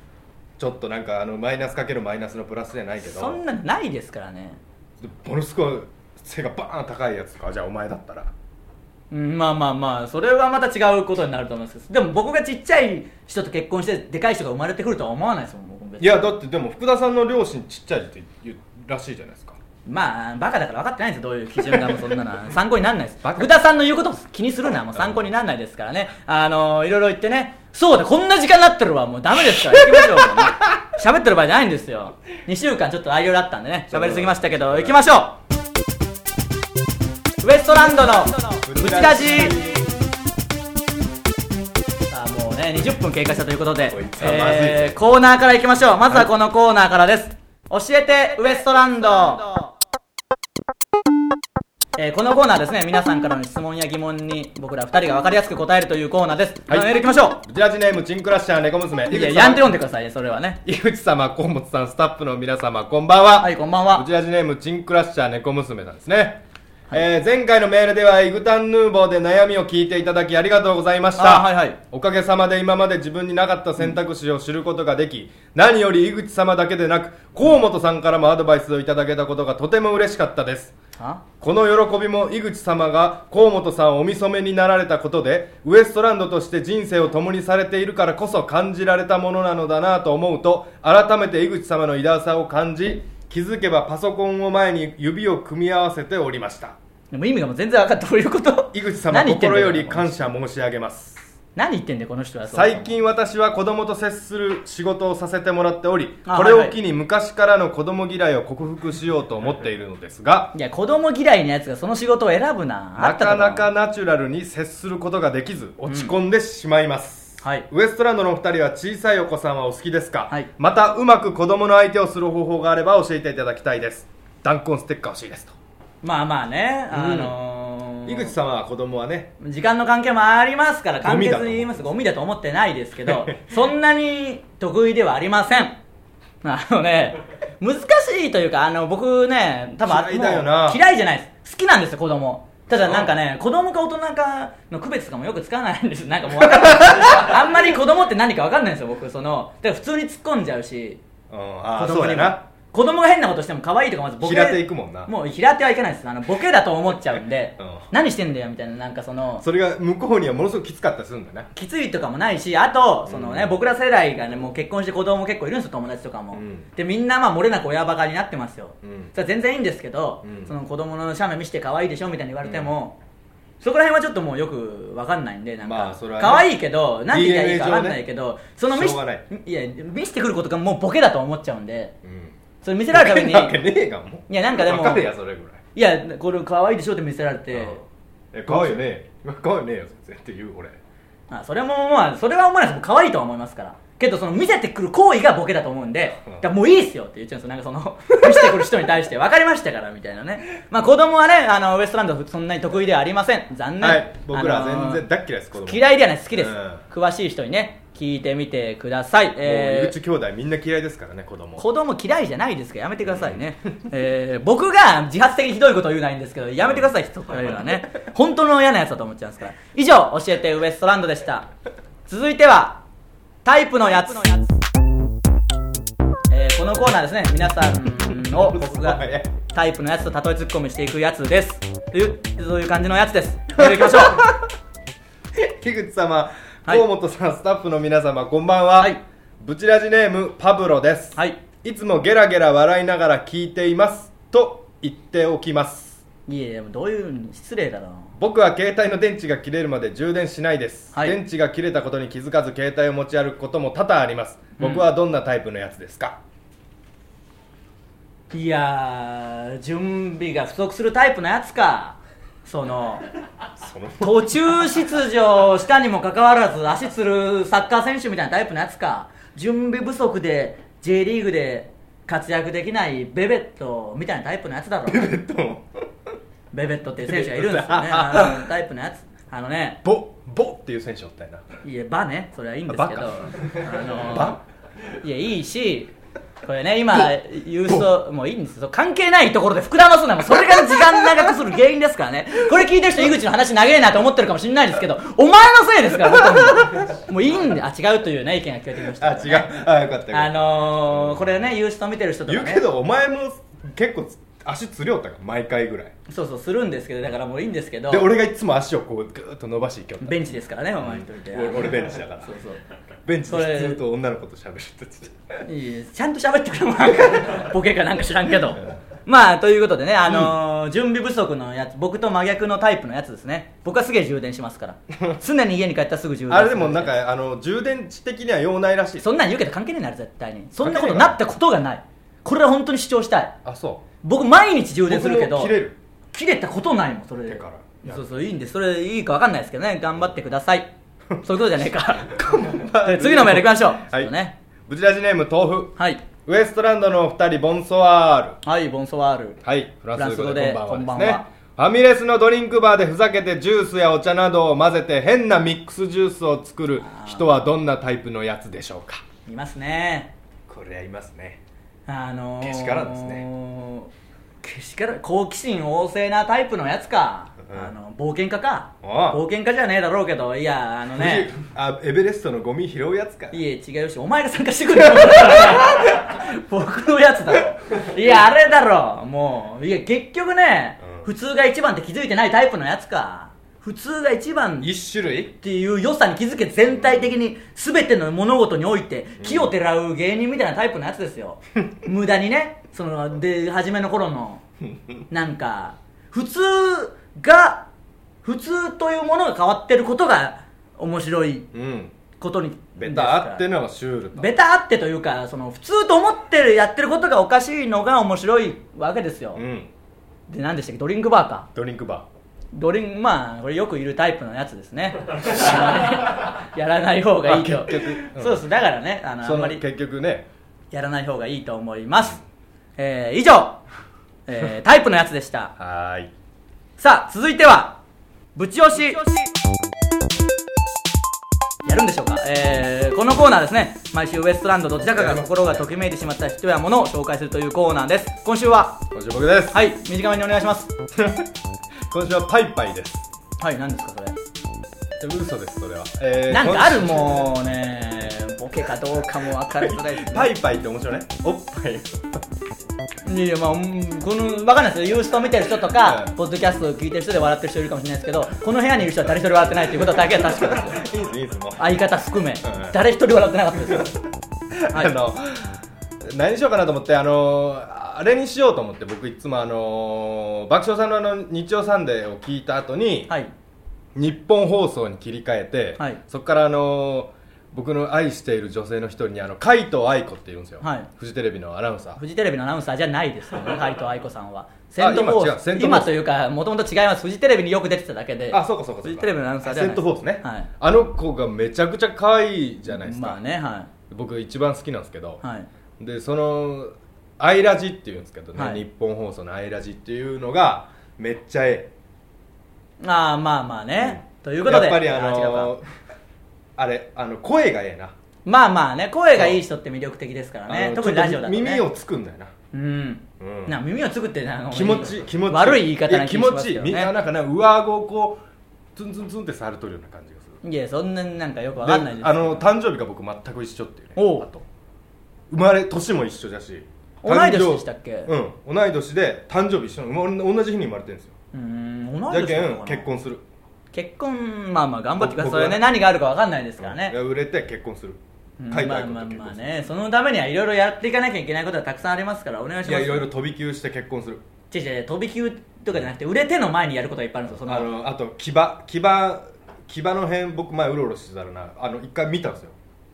Speaker 2: ちょっとなんかあのマイナスかけるマイナスのプラスじゃないけど
Speaker 1: そんなのないですからね
Speaker 2: ものすごい背がバーン高いやつとかじゃあお前だったら
Speaker 1: うんまあまあまあそれはまた違うことになると思いますけどでも僕がちっちゃい人と結婚してでかい人が生まれてくるとは思わないですもん僕も別に
Speaker 2: いやだってでも福田さんの両親ちっちゃいって言うらしいじゃないですか
Speaker 1: まあバカだから分かってないんですよどういう基準がもうそんなのは (laughs) 参考にならないです福田さんの言うことも気にするなもう参考にならないですからねあのいろいろ言ってねそうだこんな時間になってるわもうダメですから行きましょうもう (laughs) ね喋ってる場合じゃないんですよ2週間ちょっとあいろいろあったんでね喋りすぎましたけど行きましょうウエストランドのブチラジさあもうね20分経過したということで
Speaker 2: こいつはまずいぞ
Speaker 1: えーコーナーからいきましょうまずはこのコーナーからです教えてウエストランドえーこのコーナーですね皆さんからの質問や疑問に僕ら2人が分かりやすく答えるというコーナーです、
Speaker 2: はい
Speaker 1: メールいきましょ
Speaker 2: ブチラジネームチンクラッシャー猫娘
Speaker 1: ういや
Speaker 2: 井口様
Speaker 1: やんで読んでくださいねそれはね
Speaker 2: 井口様河本さんスタッフの皆様こんばんは
Speaker 1: はいこんばんは
Speaker 2: ブチラジネームチンクラッシャー猫娘さんですね、えー前回のメールではイグタンヌーボーで悩みを聞いていただきありがとうございました
Speaker 1: あはいはい
Speaker 2: おかげさまで今まで自分になかった選択肢を知ることができ、何より井口様だけでなく河本さんからもアドバイスをいただけたことがとても嬉しかったです
Speaker 1: あ
Speaker 2: この喜びも井口様が河本さんをお見初めになられたことでウエストランドとして人生を共にされているからこそ感じられたものなのだなと思うと改めて井口様の偉大さを感じ気づけばパソコンを前に指を組み合わせておりました
Speaker 1: でも意味がもう全然分かったどういうこと
Speaker 2: 井口様
Speaker 1: 何言ってん
Speaker 2: 心
Speaker 1: だ
Speaker 2: より
Speaker 1: この人
Speaker 2: 感謝申し上げます
Speaker 1: 何言ってんだよこの人はそんなの
Speaker 2: 最近私は子供と接する仕事をさせてもらっており
Speaker 1: あ
Speaker 2: これ
Speaker 1: はい
Speaker 2: を
Speaker 1: はい
Speaker 2: 機に昔からの子供嫌いを克服しようと思っているのですが
Speaker 1: いや子供嫌いなやつがその仕事を選ぶなあ
Speaker 2: な
Speaker 1: った
Speaker 2: か
Speaker 1: と
Speaker 2: なかナチュラルに接することができず落ち込んでしまいま
Speaker 1: は
Speaker 2: す、
Speaker 1: い
Speaker 2: ウエストランドのお二人は小さいお子さんはお好きですか、
Speaker 1: はい
Speaker 2: またうまく子供の相手をする方法があれば教えていただきたいです弾痕ステッカー欲しいですと、
Speaker 1: まあまあねあのー
Speaker 2: 井口様は子供はね
Speaker 1: 時間の関係もありますから
Speaker 2: ゴ
Speaker 1: 簡
Speaker 2: ミだと
Speaker 1: 潔に言いますゴミだと思ってないですけ
Speaker 2: (laughs)
Speaker 1: どそんなに得意ではありませんあのね難しいというかあの僕ね多分
Speaker 2: 嫌いだよな
Speaker 1: もう嫌いじゃないです好きなんですよ子供ただなんかね子供か大人かの区別とかもよくつかないんですなんかもう分かんないあんまり子供って何か分かんないんですよ僕そのだから普通に突っ込んじゃうし
Speaker 2: うんあ
Speaker 1: 子
Speaker 2: あ
Speaker 1: 供
Speaker 2: そう
Speaker 1: に
Speaker 2: や
Speaker 1: も
Speaker 2: な
Speaker 1: 子供が変なことしても可愛いとかまずボケ
Speaker 2: 平手行くもんな
Speaker 1: もう平手はいかないですあのボケだと思っちゃうんで、
Speaker 2: (laughs) うん
Speaker 1: 何してんだよみたいななんかその
Speaker 2: それが向こうにはものすごくきつかったりするんだよね
Speaker 1: きついとかもないしあとそのね、
Speaker 2: うん
Speaker 1: 僕ら世代がねもう結婚して子供も結構いるんですよ友達とかも、
Speaker 2: うん
Speaker 1: でみんなまあ漏れなく親バカになってますよ、
Speaker 2: うん
Speaker 1: それは全然いいんですけど、
Speaker 2: うん
Speaker 1: その子供の写メ見せて可愛いでしょみたいに言われても、そこら辺はちょっともうよくわかんないんでなんか、
Speaker 2: まあそれはね
Speaker 1: 可愛いけど何て言ったらいいかわかんないけど、その見
Speaker 2: しょう
Speaker 1: せ
Speaker 2: がない
Speaker 1: いや見せてくることがもうボケだと思っちゃうんで
Speaker 2: うん
Speaker 1: それ見せられるたびに
Speaker 2: わけねえがもう
Speaker 1: いやなんかでも
Speaker 2: わかるやそれぐらい
Speaker 1: いやこれ可愛いでしょって見せられて、
Speaker 2: うんえ可愛いよねわかんねえよ全然って言う俺
Speaker 1: あそれもまあそれは思わないです可愛いとは思いますからけどその見せてくる行為がボケだと思うんで
Speaker 2: うん
Speaker 1: だからもういいっすよって言っちゃうんですよなんかその見せてくる人に対して分かりましたからみたいなねまあ子供はねあのウエストランドそんなに得意ではありません残念、
Speaker 2: はい僕らは
Speaker 1: あの
Speaker 2: 全然大っ嫌いです子供い、
Speaker 1: 嫌いではない好きです、
Speaker 2: うん
Speaker 1: 詳しい人にね聞いてみてください、
Speaker 2: もう
Speaker 1: え
Speaker 2: 井
Speaker 1: ー
Speaker 2: 口兄弟みんな嫌いですからね子供
Speaker 1: 子供嫌いじゃないですからやめてくださいね、えー僕が自発的にひどいことを言うないんですけどやめてください人というのはね (laughs) 本当の嫌なやつだと思っちゃうんですから以上教えてウエストランドでした続いてはタイプのやつえーこのコーナーですね皆さん (laughs) を僕がタイプのやつと例えツッコミしていくやつですというそういう感じのやつ (laughs) ですそれでいきましょう
Speaker 2: 樋口様、
Speaker 1: はい
Speaker 2: 河本さんスタッフの皆様こんばんは、
Speaker 1: はい
Speaker 2: ブチラジネームパブロです、
Speaker 1: はい
Speaker 2: い、つもゲラゲラ笑いながら聞いていますと言っておきます
Speaker 1: いやいやどういう失礼だろ
Speaker 2: 僕は携帯の電池が切れるまで充電しないです、
Speaker 1: はい
Speaker 2: 電池が切れたことに気づかず携帯を持ち歩くことも多々あります僕はどんなタイプのやつですか、
Speaker 1: いやー準備が不足するタイプのやつかその
Speaker 2: その
Speaker 1: 途中出場したにもかかわらず足つるサッカー選手みたいなタイプのやつか準備不足で J リーグで活躍できないベベットみたいなタイプのやつだろ
Speaker 2: えっ (laughs) と
Speaker 1: ベベットっていう選手がいるんですよねあのタイプのやつあのね
Speaker 2: ボボっていう選手おったよない
Speaker 1: やバねそれはいいんですけど
Speaker 2: あ
Speaker 1: あの
Speaker 2: バ
Speaker 1: いやいいしこれね今郵送もういいんですよ関係ないところで膨らますのはもうそれが時間長くする原因ですからねこれ聞いてる人井口の話長えなと思ってるかもしれないですけどお前のせいですから本当にもういいんであ違うというね意見が聞こえてきまし
Speaker 2: あ
Speaker 1: たけど
Speaker 2: 違
Speaker 1: ね、
Speaker 2: うあよかったよか
Speaker 1: あ
Speaker 2: った
Speaker 1: のー、これね郵送見てる人とか
Speaker 2: 言
Speaker 1: ね
Speaker 2: うけどお前も結構足つりおったから毎回ぐらい
Speaker 1: そうそうするんですけどだからもういいんですけど
Speaker 2: で俺がいつも足をこうぐーっと伸ばしていきよった
Speaker 1: ベンチですからねお前にとって
Speaker 2: 俺俺ベンチだから
Speaker 1: そうそう
Speaker 2: ベンチで
Speaker 1: それ
Speaker 2: 普通と女の子と喋るって言ってた
Speaker 1: いいちゃんと喋ってくれもなんかボケかなんか知らんけど (laughs) まあということでね、あのー準備不足のやつ僕と真逆のタイプのやつですね僕はすげえ充電します (laughs) から常に家に帰ったらすぐ充電する
Speaker 2: あれでもなんかあの充電池的には用ないらしい
Speaker 1: そんなん言うけど関係ねえなあれ絶対にそんなこ
Speaker 2: 関係
Speaker 1: と
Speaker 2: ねえか
Speaker 1: なったことがないこれは本当に主張したい
Speaker 2: あそ
Speaker 1: 僕毎日充電するけど
Speaker 2: 僕も切
Speaker 1: (laughs)
Speaker 2: れる
Speaker 1: 切れたことないもんそれで
Speaker 2: 手からやる
Speaker 1: そうそういいんですそれいいか分かんないですけどね頑張ってくださ (laughs) いそういうことじゃねえ (laughs) かで (laughs) 次のメールいきましょう
Speaker 2: は
Speaker 1: ちょっ
Speaker 2: い
Speaker 1: とね
Speaker 2: ブチラジネーム豆腐
Speaker 1: はい
Speaker 2: ウエストランドのお二人ボンソワール
Speaker 1: はいボンソワール
Speaker 2: はいフランス語で
Speaker 1: フランス語で
Speaker 2: こんば
Speaker 1: こんば
Speaker 2: んはで
Speaker 1: ん
Speaker 2: す
Speaker 1: は
Speaker 2: ねファミレスのドリンクバーでふざけてジュースやお茶などを混ぜて変なミックスジュースを作る人はどんなタイプのやつでしょうか
Speaker 1: いますね
Speaker 2: これはいますね
Speaker 1: あのー、
Speaker 2: けしからんです
Speaker 1: けしからん好奇心旺盛なタイプのやつか、
Speaker 2: うん
Speaker 1: あの冒険家か
Speaker 2: ああ
Speaker 1: 冒険家じゃねえだろうけどいやあのね
Speaker 2: あエベレストのゴミ拾うやつか
Speaker 1: いえ違うしお前が参加してくれよ (laughs) 僕のやつだろいやあれだろもういや結局ね、
Speaker 2: うん
Speaker 1: 普通が一番って気づいてないタイプのやつか普通が一番
Speaker 2: 一種類
Speaker 1: っていう良さに気づけ全体的に全ての物事において木をてらう芸人みたいなタイプのやつです
Speaker 2: (laughs)
Speaker 1: よ無駄にねそので初めの頃のなんか普通が普通というものが変わってることが面白い
Speaker 2: うん
Speaker 1: ことに
Speaker 2: ベタあってのがシュールと
Speaker 1: ベタあってというかその普通と思ってやってることがおかしいのが面白いわけですよ、
Speaker 2: うん
Speaker 1: で何でしたっけドリンクバーか
Speaker 2: ドリンクバ
Speaker 1: ドリンまあこれよくいるタイプのやつです
Speaker 2: (laughs)
Speaker 1: ねやらない方がいいと
Speaker 2: あ結局うん
Speaker 1: そうですだからねあ
Speaker 2: ー
Speaker 1: のあ
Speaker 2: そ
Speaker 1: ん
Speaker 2: の
Speaker 1: まり
Speaker 2: 結局ね
Speaker 1: やらない方がいいと思います、えー以上、えータイプのやつでした
Speaker 2: はーい
Speaker 1: さあ続いてはぶち押しやるんでしょうか、えーこのコーナーですね毎週ウエストランドどちらかが心がときめいてしまった人やものを紹介するというコーナーです今週は
Speaker 2: 今週僕です、
Speaker 1: はい短めにお願いします
Speaker 2: (laughs) 今週はパイパイです
Speaker 1: はい何ですかそれ
Speaker 2: 嘘ですそれは、えー
Speaker 1: なんかある
Speaker 2: 今週
Speaker 1: もうねボケかどうかも分かりづらいです
Speaker 2: パ
Speaker 1: ね
Speaker 2: イパイって面白いねおっぱい
Speaker 1: いやいやまあうんこの分かんないですよユースト見てる人とか、
Speaker 2: うん
Speaker 1: ポッドキャストを聞いてる人で笑ってる人いるかもしれないですけどこの部屋にいる人は誰一人笑ってないということだけは確かですよ
Speaker 2: いいですいいですもう
Speaker 1: 相方含め、
Speaker 2: ん
Speaker 1: 誰一人笑ってなかったですよはい
Speaker 2: あの何にしようかなと思ってあのあれにしようと思って僕いつもあの爆笑さんのあの日曜サンデーを聞いた後に、
Speaker 1: はい
Speaker 2: 日本放送に切り替えて、
Speaker 1: はい
Speaker 2: そこからあの僕の愛している女性の一人にあの海藤愛子っていうんですよ、
Speaker 1: はい
Speaker 2: フジテレビのアナウンサー
Speaker 1: フジテレビのアナウンサーじゃないですよね、海藤愛子さんは。セ
Speaker 2: 今
Speaker 1: ントフォース、
Speaker 2: 違うセ
Speaker 1: 今
Speaker 2: ントフォース
Speaker 1: というか、もともと違います、フジテレビによく出てただけで、
Speaker 2: あそうかそうか
Speaker 1: フ
Speaker 2: そうか
Speaker 1: ジテレビのアナウンサーじゃない
Speaker 2: セントフォースね、
Speaker 1: はい
Speaker 2: あの子がめちゃくちゃ可愛いじゃないですか、
Speaker 1: まあね、は
Speaker 2: 僕一番好きなんですけど、
Speaker 1: い、はい、
Speaker 2: でその「アイラジ」っていうんですけどね、
Speaker 1: はい
Speaker 2: 日本放送の「アイラジ」っていうのがめっちゃえ
Speaker 1: ああ、まあまあね、
Speaker 2: え
Speaker 1: ということで、
Speaker 2: やっぱりあ
Speaker 1: ー違う
Speaker 2: の
Speaker 1: か
Speaker 2: あれあの声がええな、
Speaker 1: まあまあね、声がいい人って魅力的ですから
Speaker 2: あ
Speaker 1: ね
Speaker 2: の、
Speaker 1: 特にラジオだと、ね、
Speaker 2: ちょっと耳をつくんだよな
Speaker 1: うん、
Speaker 2: うん
Speaker 1: な耳をつくってなんか
Speaker 2: 気持ちいい気持ちいい
Speaker 1: 悪い言い方な
Speaker 2: や
Speaker 1: 気
Speaker 2: 気
Speaker 1: がし
Speaker 2: 持
Speaker 1: ます
Speaker 2: ちい
Speaker 1: け
Speaker 2: い
Speaker 1: ど、
Speaker 2: み
Speaker 1: ね、
Speaker 2: んななんかね上顎をこうツンツンツンって触るとるような感じがする
Speaker 1: いやそんななんかよくわかんないです
Speaker 2: あの誕生日が僕全く一緒っていうね
Speaker 1: おう
Speaker 2: あと生まれ年も一緒だし
Speaker 1: 同い年でしたっけ
Speaker 2: 誕生うん同い年で誕生日一緒なの同じ日に生まれてるんですよ
Speaker 1: うーん同
Speaker 2: じ
Speaker 1: い
Speaker 2: ゃ
Speaker 1: 年
Speaker 2: け
Speaker 1: なのか
Speaker 2: ん
Speaker 1: な
Speaker 2: 結婚する
Speaker 1: 結婚まあまあ頑張ってくださいそれね
Speaker 2: 僕僕は
Speaker 1: 何があるかわかんないですからね
Speaker 2: いや、売れて結婚する
Speaker 1: うん
Speaker 2: 海
Speaker 1: ま
Speaker 2: 外
Speaker 1: あ
Speaker 2: と
Speaker 1: まあ
Speaker 2: 結
Speaker 1: まあ
Speaker 2: 婚する、
Speaker 1: ねそのためにはいろいろやっていかなきゃいけないことはたくさんありますからお願いします
Speaker 2: いやいろいろ飛び級して結婚する
Speaker 1: 違う違う飛び級とかじゃなくて売れての前にやることはいっぱいあるんですよそ
Speaker 2: あ
Speaker 1: の
Speaker 2: のあと牙牙牙の辺僕前うろうろしてたらなあの一回見たんですよ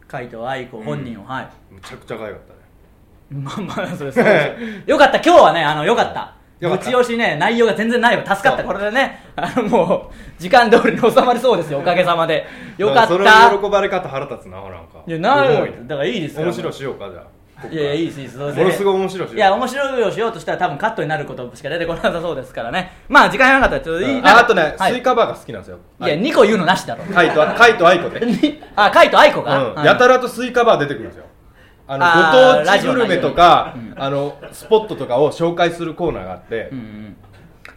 Speaker 1: 海藤愛子本人を、はい
Speaker 2: むちゃくちゃ可愛かったね
Speaker 1: まあまあそれそう
Speaker 2: (laughs)
Speaker 1: ですよよかった今日はねあのよかった
Speaker 2: よ
Speaker 1: ぶ
Speaker 2: かった
Speaker 1: ち押しね内容が全然ないわ助かった
Speaker 2: そ
Speaker 1: こ
Speaker 2: う
Speaker 1: れでねあのもう時間通りに収まりそうですよおかげさまでよかった
Speaker 2: だらそれ喜ばれ方腹立つななんか
Speaker 1: いやな
Speaker 2: 重い
Speaker 1: だからいいですよ
Speaker 2: 面白いしようかじゃあ
Speaker 1: いやいやいいですいいです
Speaker 2: ものすごい面白いし
Speaker 1: いや面白いをしようとしたら多分カットになることしか出てこなさそうですからねまあ時間がなかったらちょっといい
Speaker 2: ああとね、
Speaker 1: はい
Speaker 2: スイカバーが好きなんですよ
Speaker 1: いや2個言うのなし
Speaker 2: (laughs)
Speaker 1: だろ
Speaker 2: カイトカイトアイコね、
Speaker 1: に (laughs) あカイとアイコ
Speaker 2: うん
Speaker 1: が、はい
Speaker 2: やたらとスイカバー出てくるんですよあの
Speaker 1: あー
Speaker 2: ご当地グルメとか、あのスポットとかを紹介するコーナーがあって、
Speaker 1: うんうん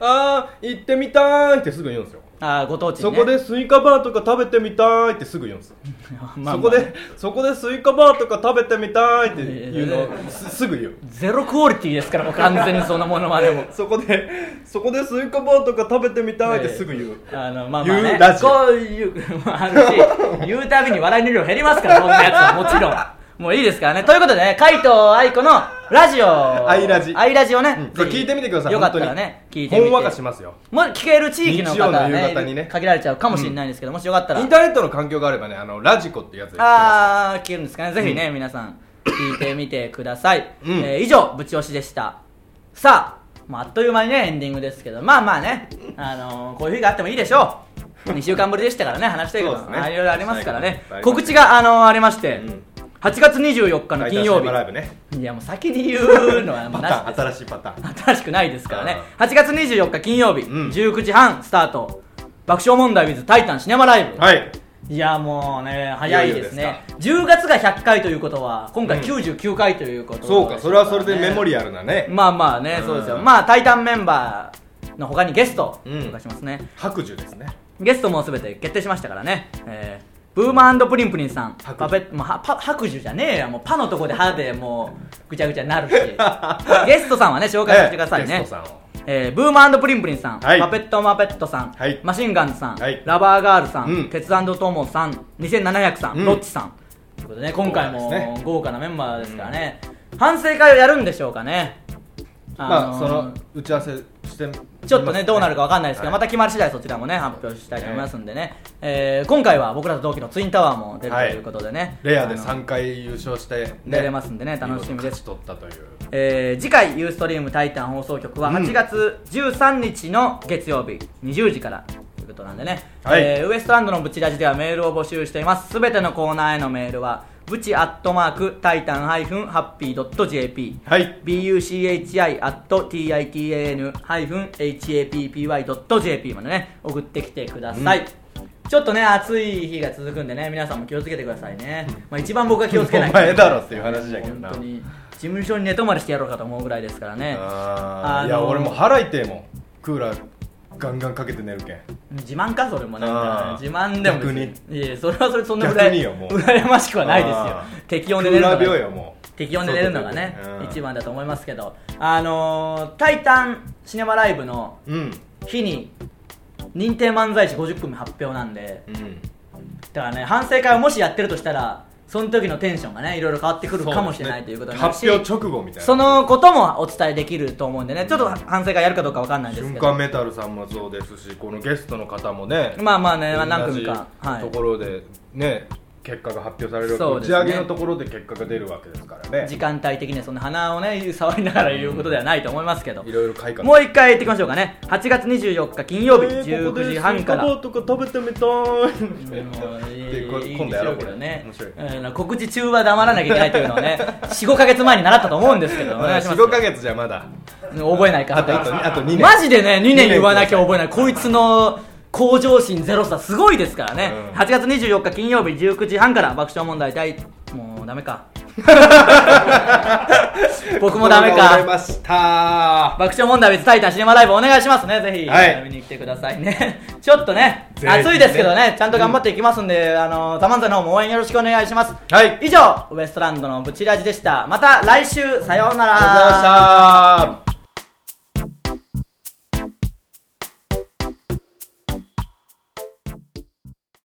Speaker 2: あー行ってみたいってすぐ言うんですよ、
Speaker 1: あーご当地、ね、
Speaker 2: そこでスイカバーとか食べてみたいってすぐ言うんですよ、
Speaker 1: (laughs) まあまあ
Speaker 2: そこでそこでスイカバーとか食べてみたいっていうのをすすぐ言う
Speaker 1: ゼロクオリティですからもう完全にそのものまでも
Speaker 2: そこでそこでスイカバーとか食べてみたいってすぐ言う、
Speaker 1: あのまあまあ
Speaker 2: 言
Speaker 1: ね
Speaker 2: うラジオ
Speaker 1: こういうのもあるし言うたびに笑いの量減りますからこんなやつはもちろんもういいですからねということでね海と愛子のラジオ
Speaker 2: アイラジ
Speaker 1: アイラジをね、
Speaker 2: うんこれ
Speaker 1: ぜひ
Speaker 2: 聞いてみてください
Speaker 1: よかったらね聞いてみ
Speaker 2: ほ
Speaker 1: て
Speaker 2: んわかしますよ
Speaker 1: もう聞ける地域の方は
Speaker 2: 日曜の
Speaker 1: ね
Speaker 2: 夕方にね
Speaker 1: 限られちゃうかもしれないですけど、もしよかったら
Speaker 2: インターネットの環境があればねあのラジコってやつで
Speaker 1: あー聞けるんですかねぜひね、皆さん聞いてみてください、
Speaker 2: うん
Speaker 1: えー以上ぶち押しでしたさあ、まあ、あっという間にねエンディングですけどまあまあね、あのーこういう日があってもいいでしょう2
Speaker 2: (laughs)
Speaker 1: 週間ぶりでしたからね話したいこと
Speaker 2: そうですね
Speaker 1: あいろいろありますからね
Speaker 2: はい
Speaker 1: 告知が、あのーありまして、
Speaker 2: うん
Speaker 1: 8月24日の金曜日
Speaker 2: ライブね
Speaker 1: いやもう先に言うのは
Speaker 2: (laughs)
Speaker 1: も
Speaker 2: パ
Speaker 1: う
Speaker 2: タ
Speaker 1: なしです
Speaker 2: ーン新しいパターン
Speaker 1: 新しくないですからね8月24日金曜日、
Speaker 2: うん
Speaker 1: 19時半スタート爆笑問題 with タイタンシネマライブ、
Speaker 2: はい
Speaker 1: いやもうね早いです
Speaker 2: いよいよ
Speaker 1: ね10月が100回ということは今回
Speaker 2: うん
Speaker 1: 99回ということです
Speaker 2: そうかそれはそれでメモ
Speaker 1: リ
Speaker 2: リアルなね
Speaker 1: まあまあねそうですよ
Speaker 2: うん
Speaker 1: まあ「タイタン」メンバーの他にゲスト
Speaker 2: うん
Speaker 1: とかしますね、
Speaker 2: 白寿ですね
Speaker 1: ゲストも全て決定しましたからね、えーブーマープリンプリンさんパ
Speaker 2: 白寿
Speaker 1: ペッもうはパ白寿じゃねえやもうパのとこで歯でもうぐちゃぐちゃになる
Speaker 2: (laughs)
Speaker 1: しゲストさんはね紹介してくださいね、
Speaker 2: ええゲストさんを
Speaker 1: えーブーマープリンプリンさん、
Speaker 2: はい
Speaker 1: パペットマペットさん、
Speaker 2: はい
Speaker 1: マシンガンズさん、
Speaker 2: はい
Speaker 1: ラバーガールさん、
Speaker 2: うん
Speaker 1: 鉄トモさん、2700さん、
Speaker 2: うん
Speaker 1: ロッチさん。ということでね、今回
Speaker 2: 豪華です
Speaker 1: も
Speaker 2: ね
Speaker 1: 豪華なメンバーですからね、反省会をやるんでしょうかね。
Speaker 2: まあ
Speaker 1: ー
Speaker 2: その打ち合わせしてみます
Speaker 1: ちょっとね、どうなるかわかんないですけど、
Speaker 2: は
Speaker 1: また決まり次第そちらもね、発表したいと思いますんでね、えー今回は僕らと同期のツインタワーも出るということでね、
Speaker 2: レアで
Speaker 1: あの
Speaker 2: 3回優勝してね
Speaker 1: 出れますんでね楽しみです
Speaker 2: 見事勝ち取ったという
Speaker 1: えー次回「ユーストリームタイタン」放送局は
Speaker 2: うん
Speaker 1: 8月13日の月曜日20時からということなんでね、
Speaker 2: はい
Speaker 1: えーウエストランドのブチラジではメールを募集していますすべてのコーナーへのメールはブチアットマークタイタンハイフンハッピードット JP
Speaker 2: はい
Speaker 1: buchi at titan-happy.jp までね送ってきてください、
Speaker 2: うん
Speaker 1: ちょっとね暑い日が続くんでね皆さんも気をつけてくださいね、まあ、一番僕が気をつけない
Speaker 2: お前だろっていう話だけどな
Speaker 1: 本当に事務所に寝泊まりしてやろうかと思うぐらいですからね
Speaker 2: あ
Speaker 1: あの
Speaker 2: ーいや俺もう腹痛いもんクーラーガンガンかけて寝るけん
Speaker 1: 自慢かそれもなん
Speaker 2: あ
Speaker 1: か
Speaker 2: ー
Speaker 1: 自慢でも別
Speaker 2: 逆
Speaker 1: いやいやそれはそれそんな
Speaker 2: 逆によもう
Speaker 1: 羨ましくはないですよ
Speaker 2: あー
Speaker 1: 適温で寝るの
Speaker 2: クーラー病
Speaker 1: が
Speaker 2: よもう
Speaker 1: 適温で寝るのがね
Speaker 2: うん
Speaker 1: 一番だと思いますけどあのー「タイタンシネマライブ」の
Speaker 2: うん
Speaker 1: 日に認定漫才師50組発表なんで
Speaker 2: うん
Speaker 1: だからね反省会をもしやってるとしたらその時のテンションがねいろいろ変わってくるかもしれないということになるし
Speaker 2: 発表直後みたいな
Speaker 1: そのこともお伝えできると思うんでね、ちょっと反省会やるかどうかわかんないです
Speaker 2: 瞬
Speaker 1: け
Speaker 2: 間
Speaker 1: ど、
Speaker 2: メタルさんもそうですしこのゲストの方もね
Speaker 1: まあまあね、
Speaker 2: 同じ
Speaker 1: 何組か、は
Speaker 2: と
Speaker 1: い
Speaker 2: ころでね結果が発表される
Speaker 1: そう
Speaker 2: 打
Speaker 1: で
Speaker 2: ち
Speaker 1: すね
Speaker 2: 上げのところで結果が出るわけですからね
Speaker 1: 時間帯的にはそんな鼻をね (laughs) 触りながら言うことではないと思いますけど
Speaker 2: いろいろ開花
Speaker 1: もう一回言ってきましょうかね8月24日金曜日19時半から
Speaker 2: とか食べてみたい
Speaker 1: で
Speaker 2: 今度やろうこれ
Speaker 1: ね
Speaker 2: 面白い
Speaker 1: うん告知中は黙らなきゃいけないというの
Speaker 2: (laughs)
Speaker 1: はね45か月前に習ったと思うんですけどお願いします
Speaker 2: 45か月じゃまだ
Speaker 1: 覚えないか
Speaker 2: あとあとあと2年
Speaker 1: マジでね2年言わなきゃ覚えないこいつの向上心ゼロさすごいですからね、
Speaker 2: うん
Speaker 1: 8月24日金曜日19時半から爆笑問題第もうダメ
Speaker 2: (laughs)
Speaker 1: か僕もダメ
Speaker 2: 心が折れ
Speaker 1: か
Speaker 2: ました
Speaker 1: 爆笑問題別タイタンシネマライブお願いしますねぜひ、
Speaker 2: はい
Speaker 1: 見に来てくださいね (laughs) ちょっとね
Speaker 2: ぜひね
Speaker 1: 暑いですけどねちゃんと頑張っていきますんで、あのザ・マンザの方も応援よろしくお願いします
Speaker 2: はい
Speaker 1: 以上ウエストランドのブチラジでしたまた来週さようなら
Speaker 2: ありがとうございました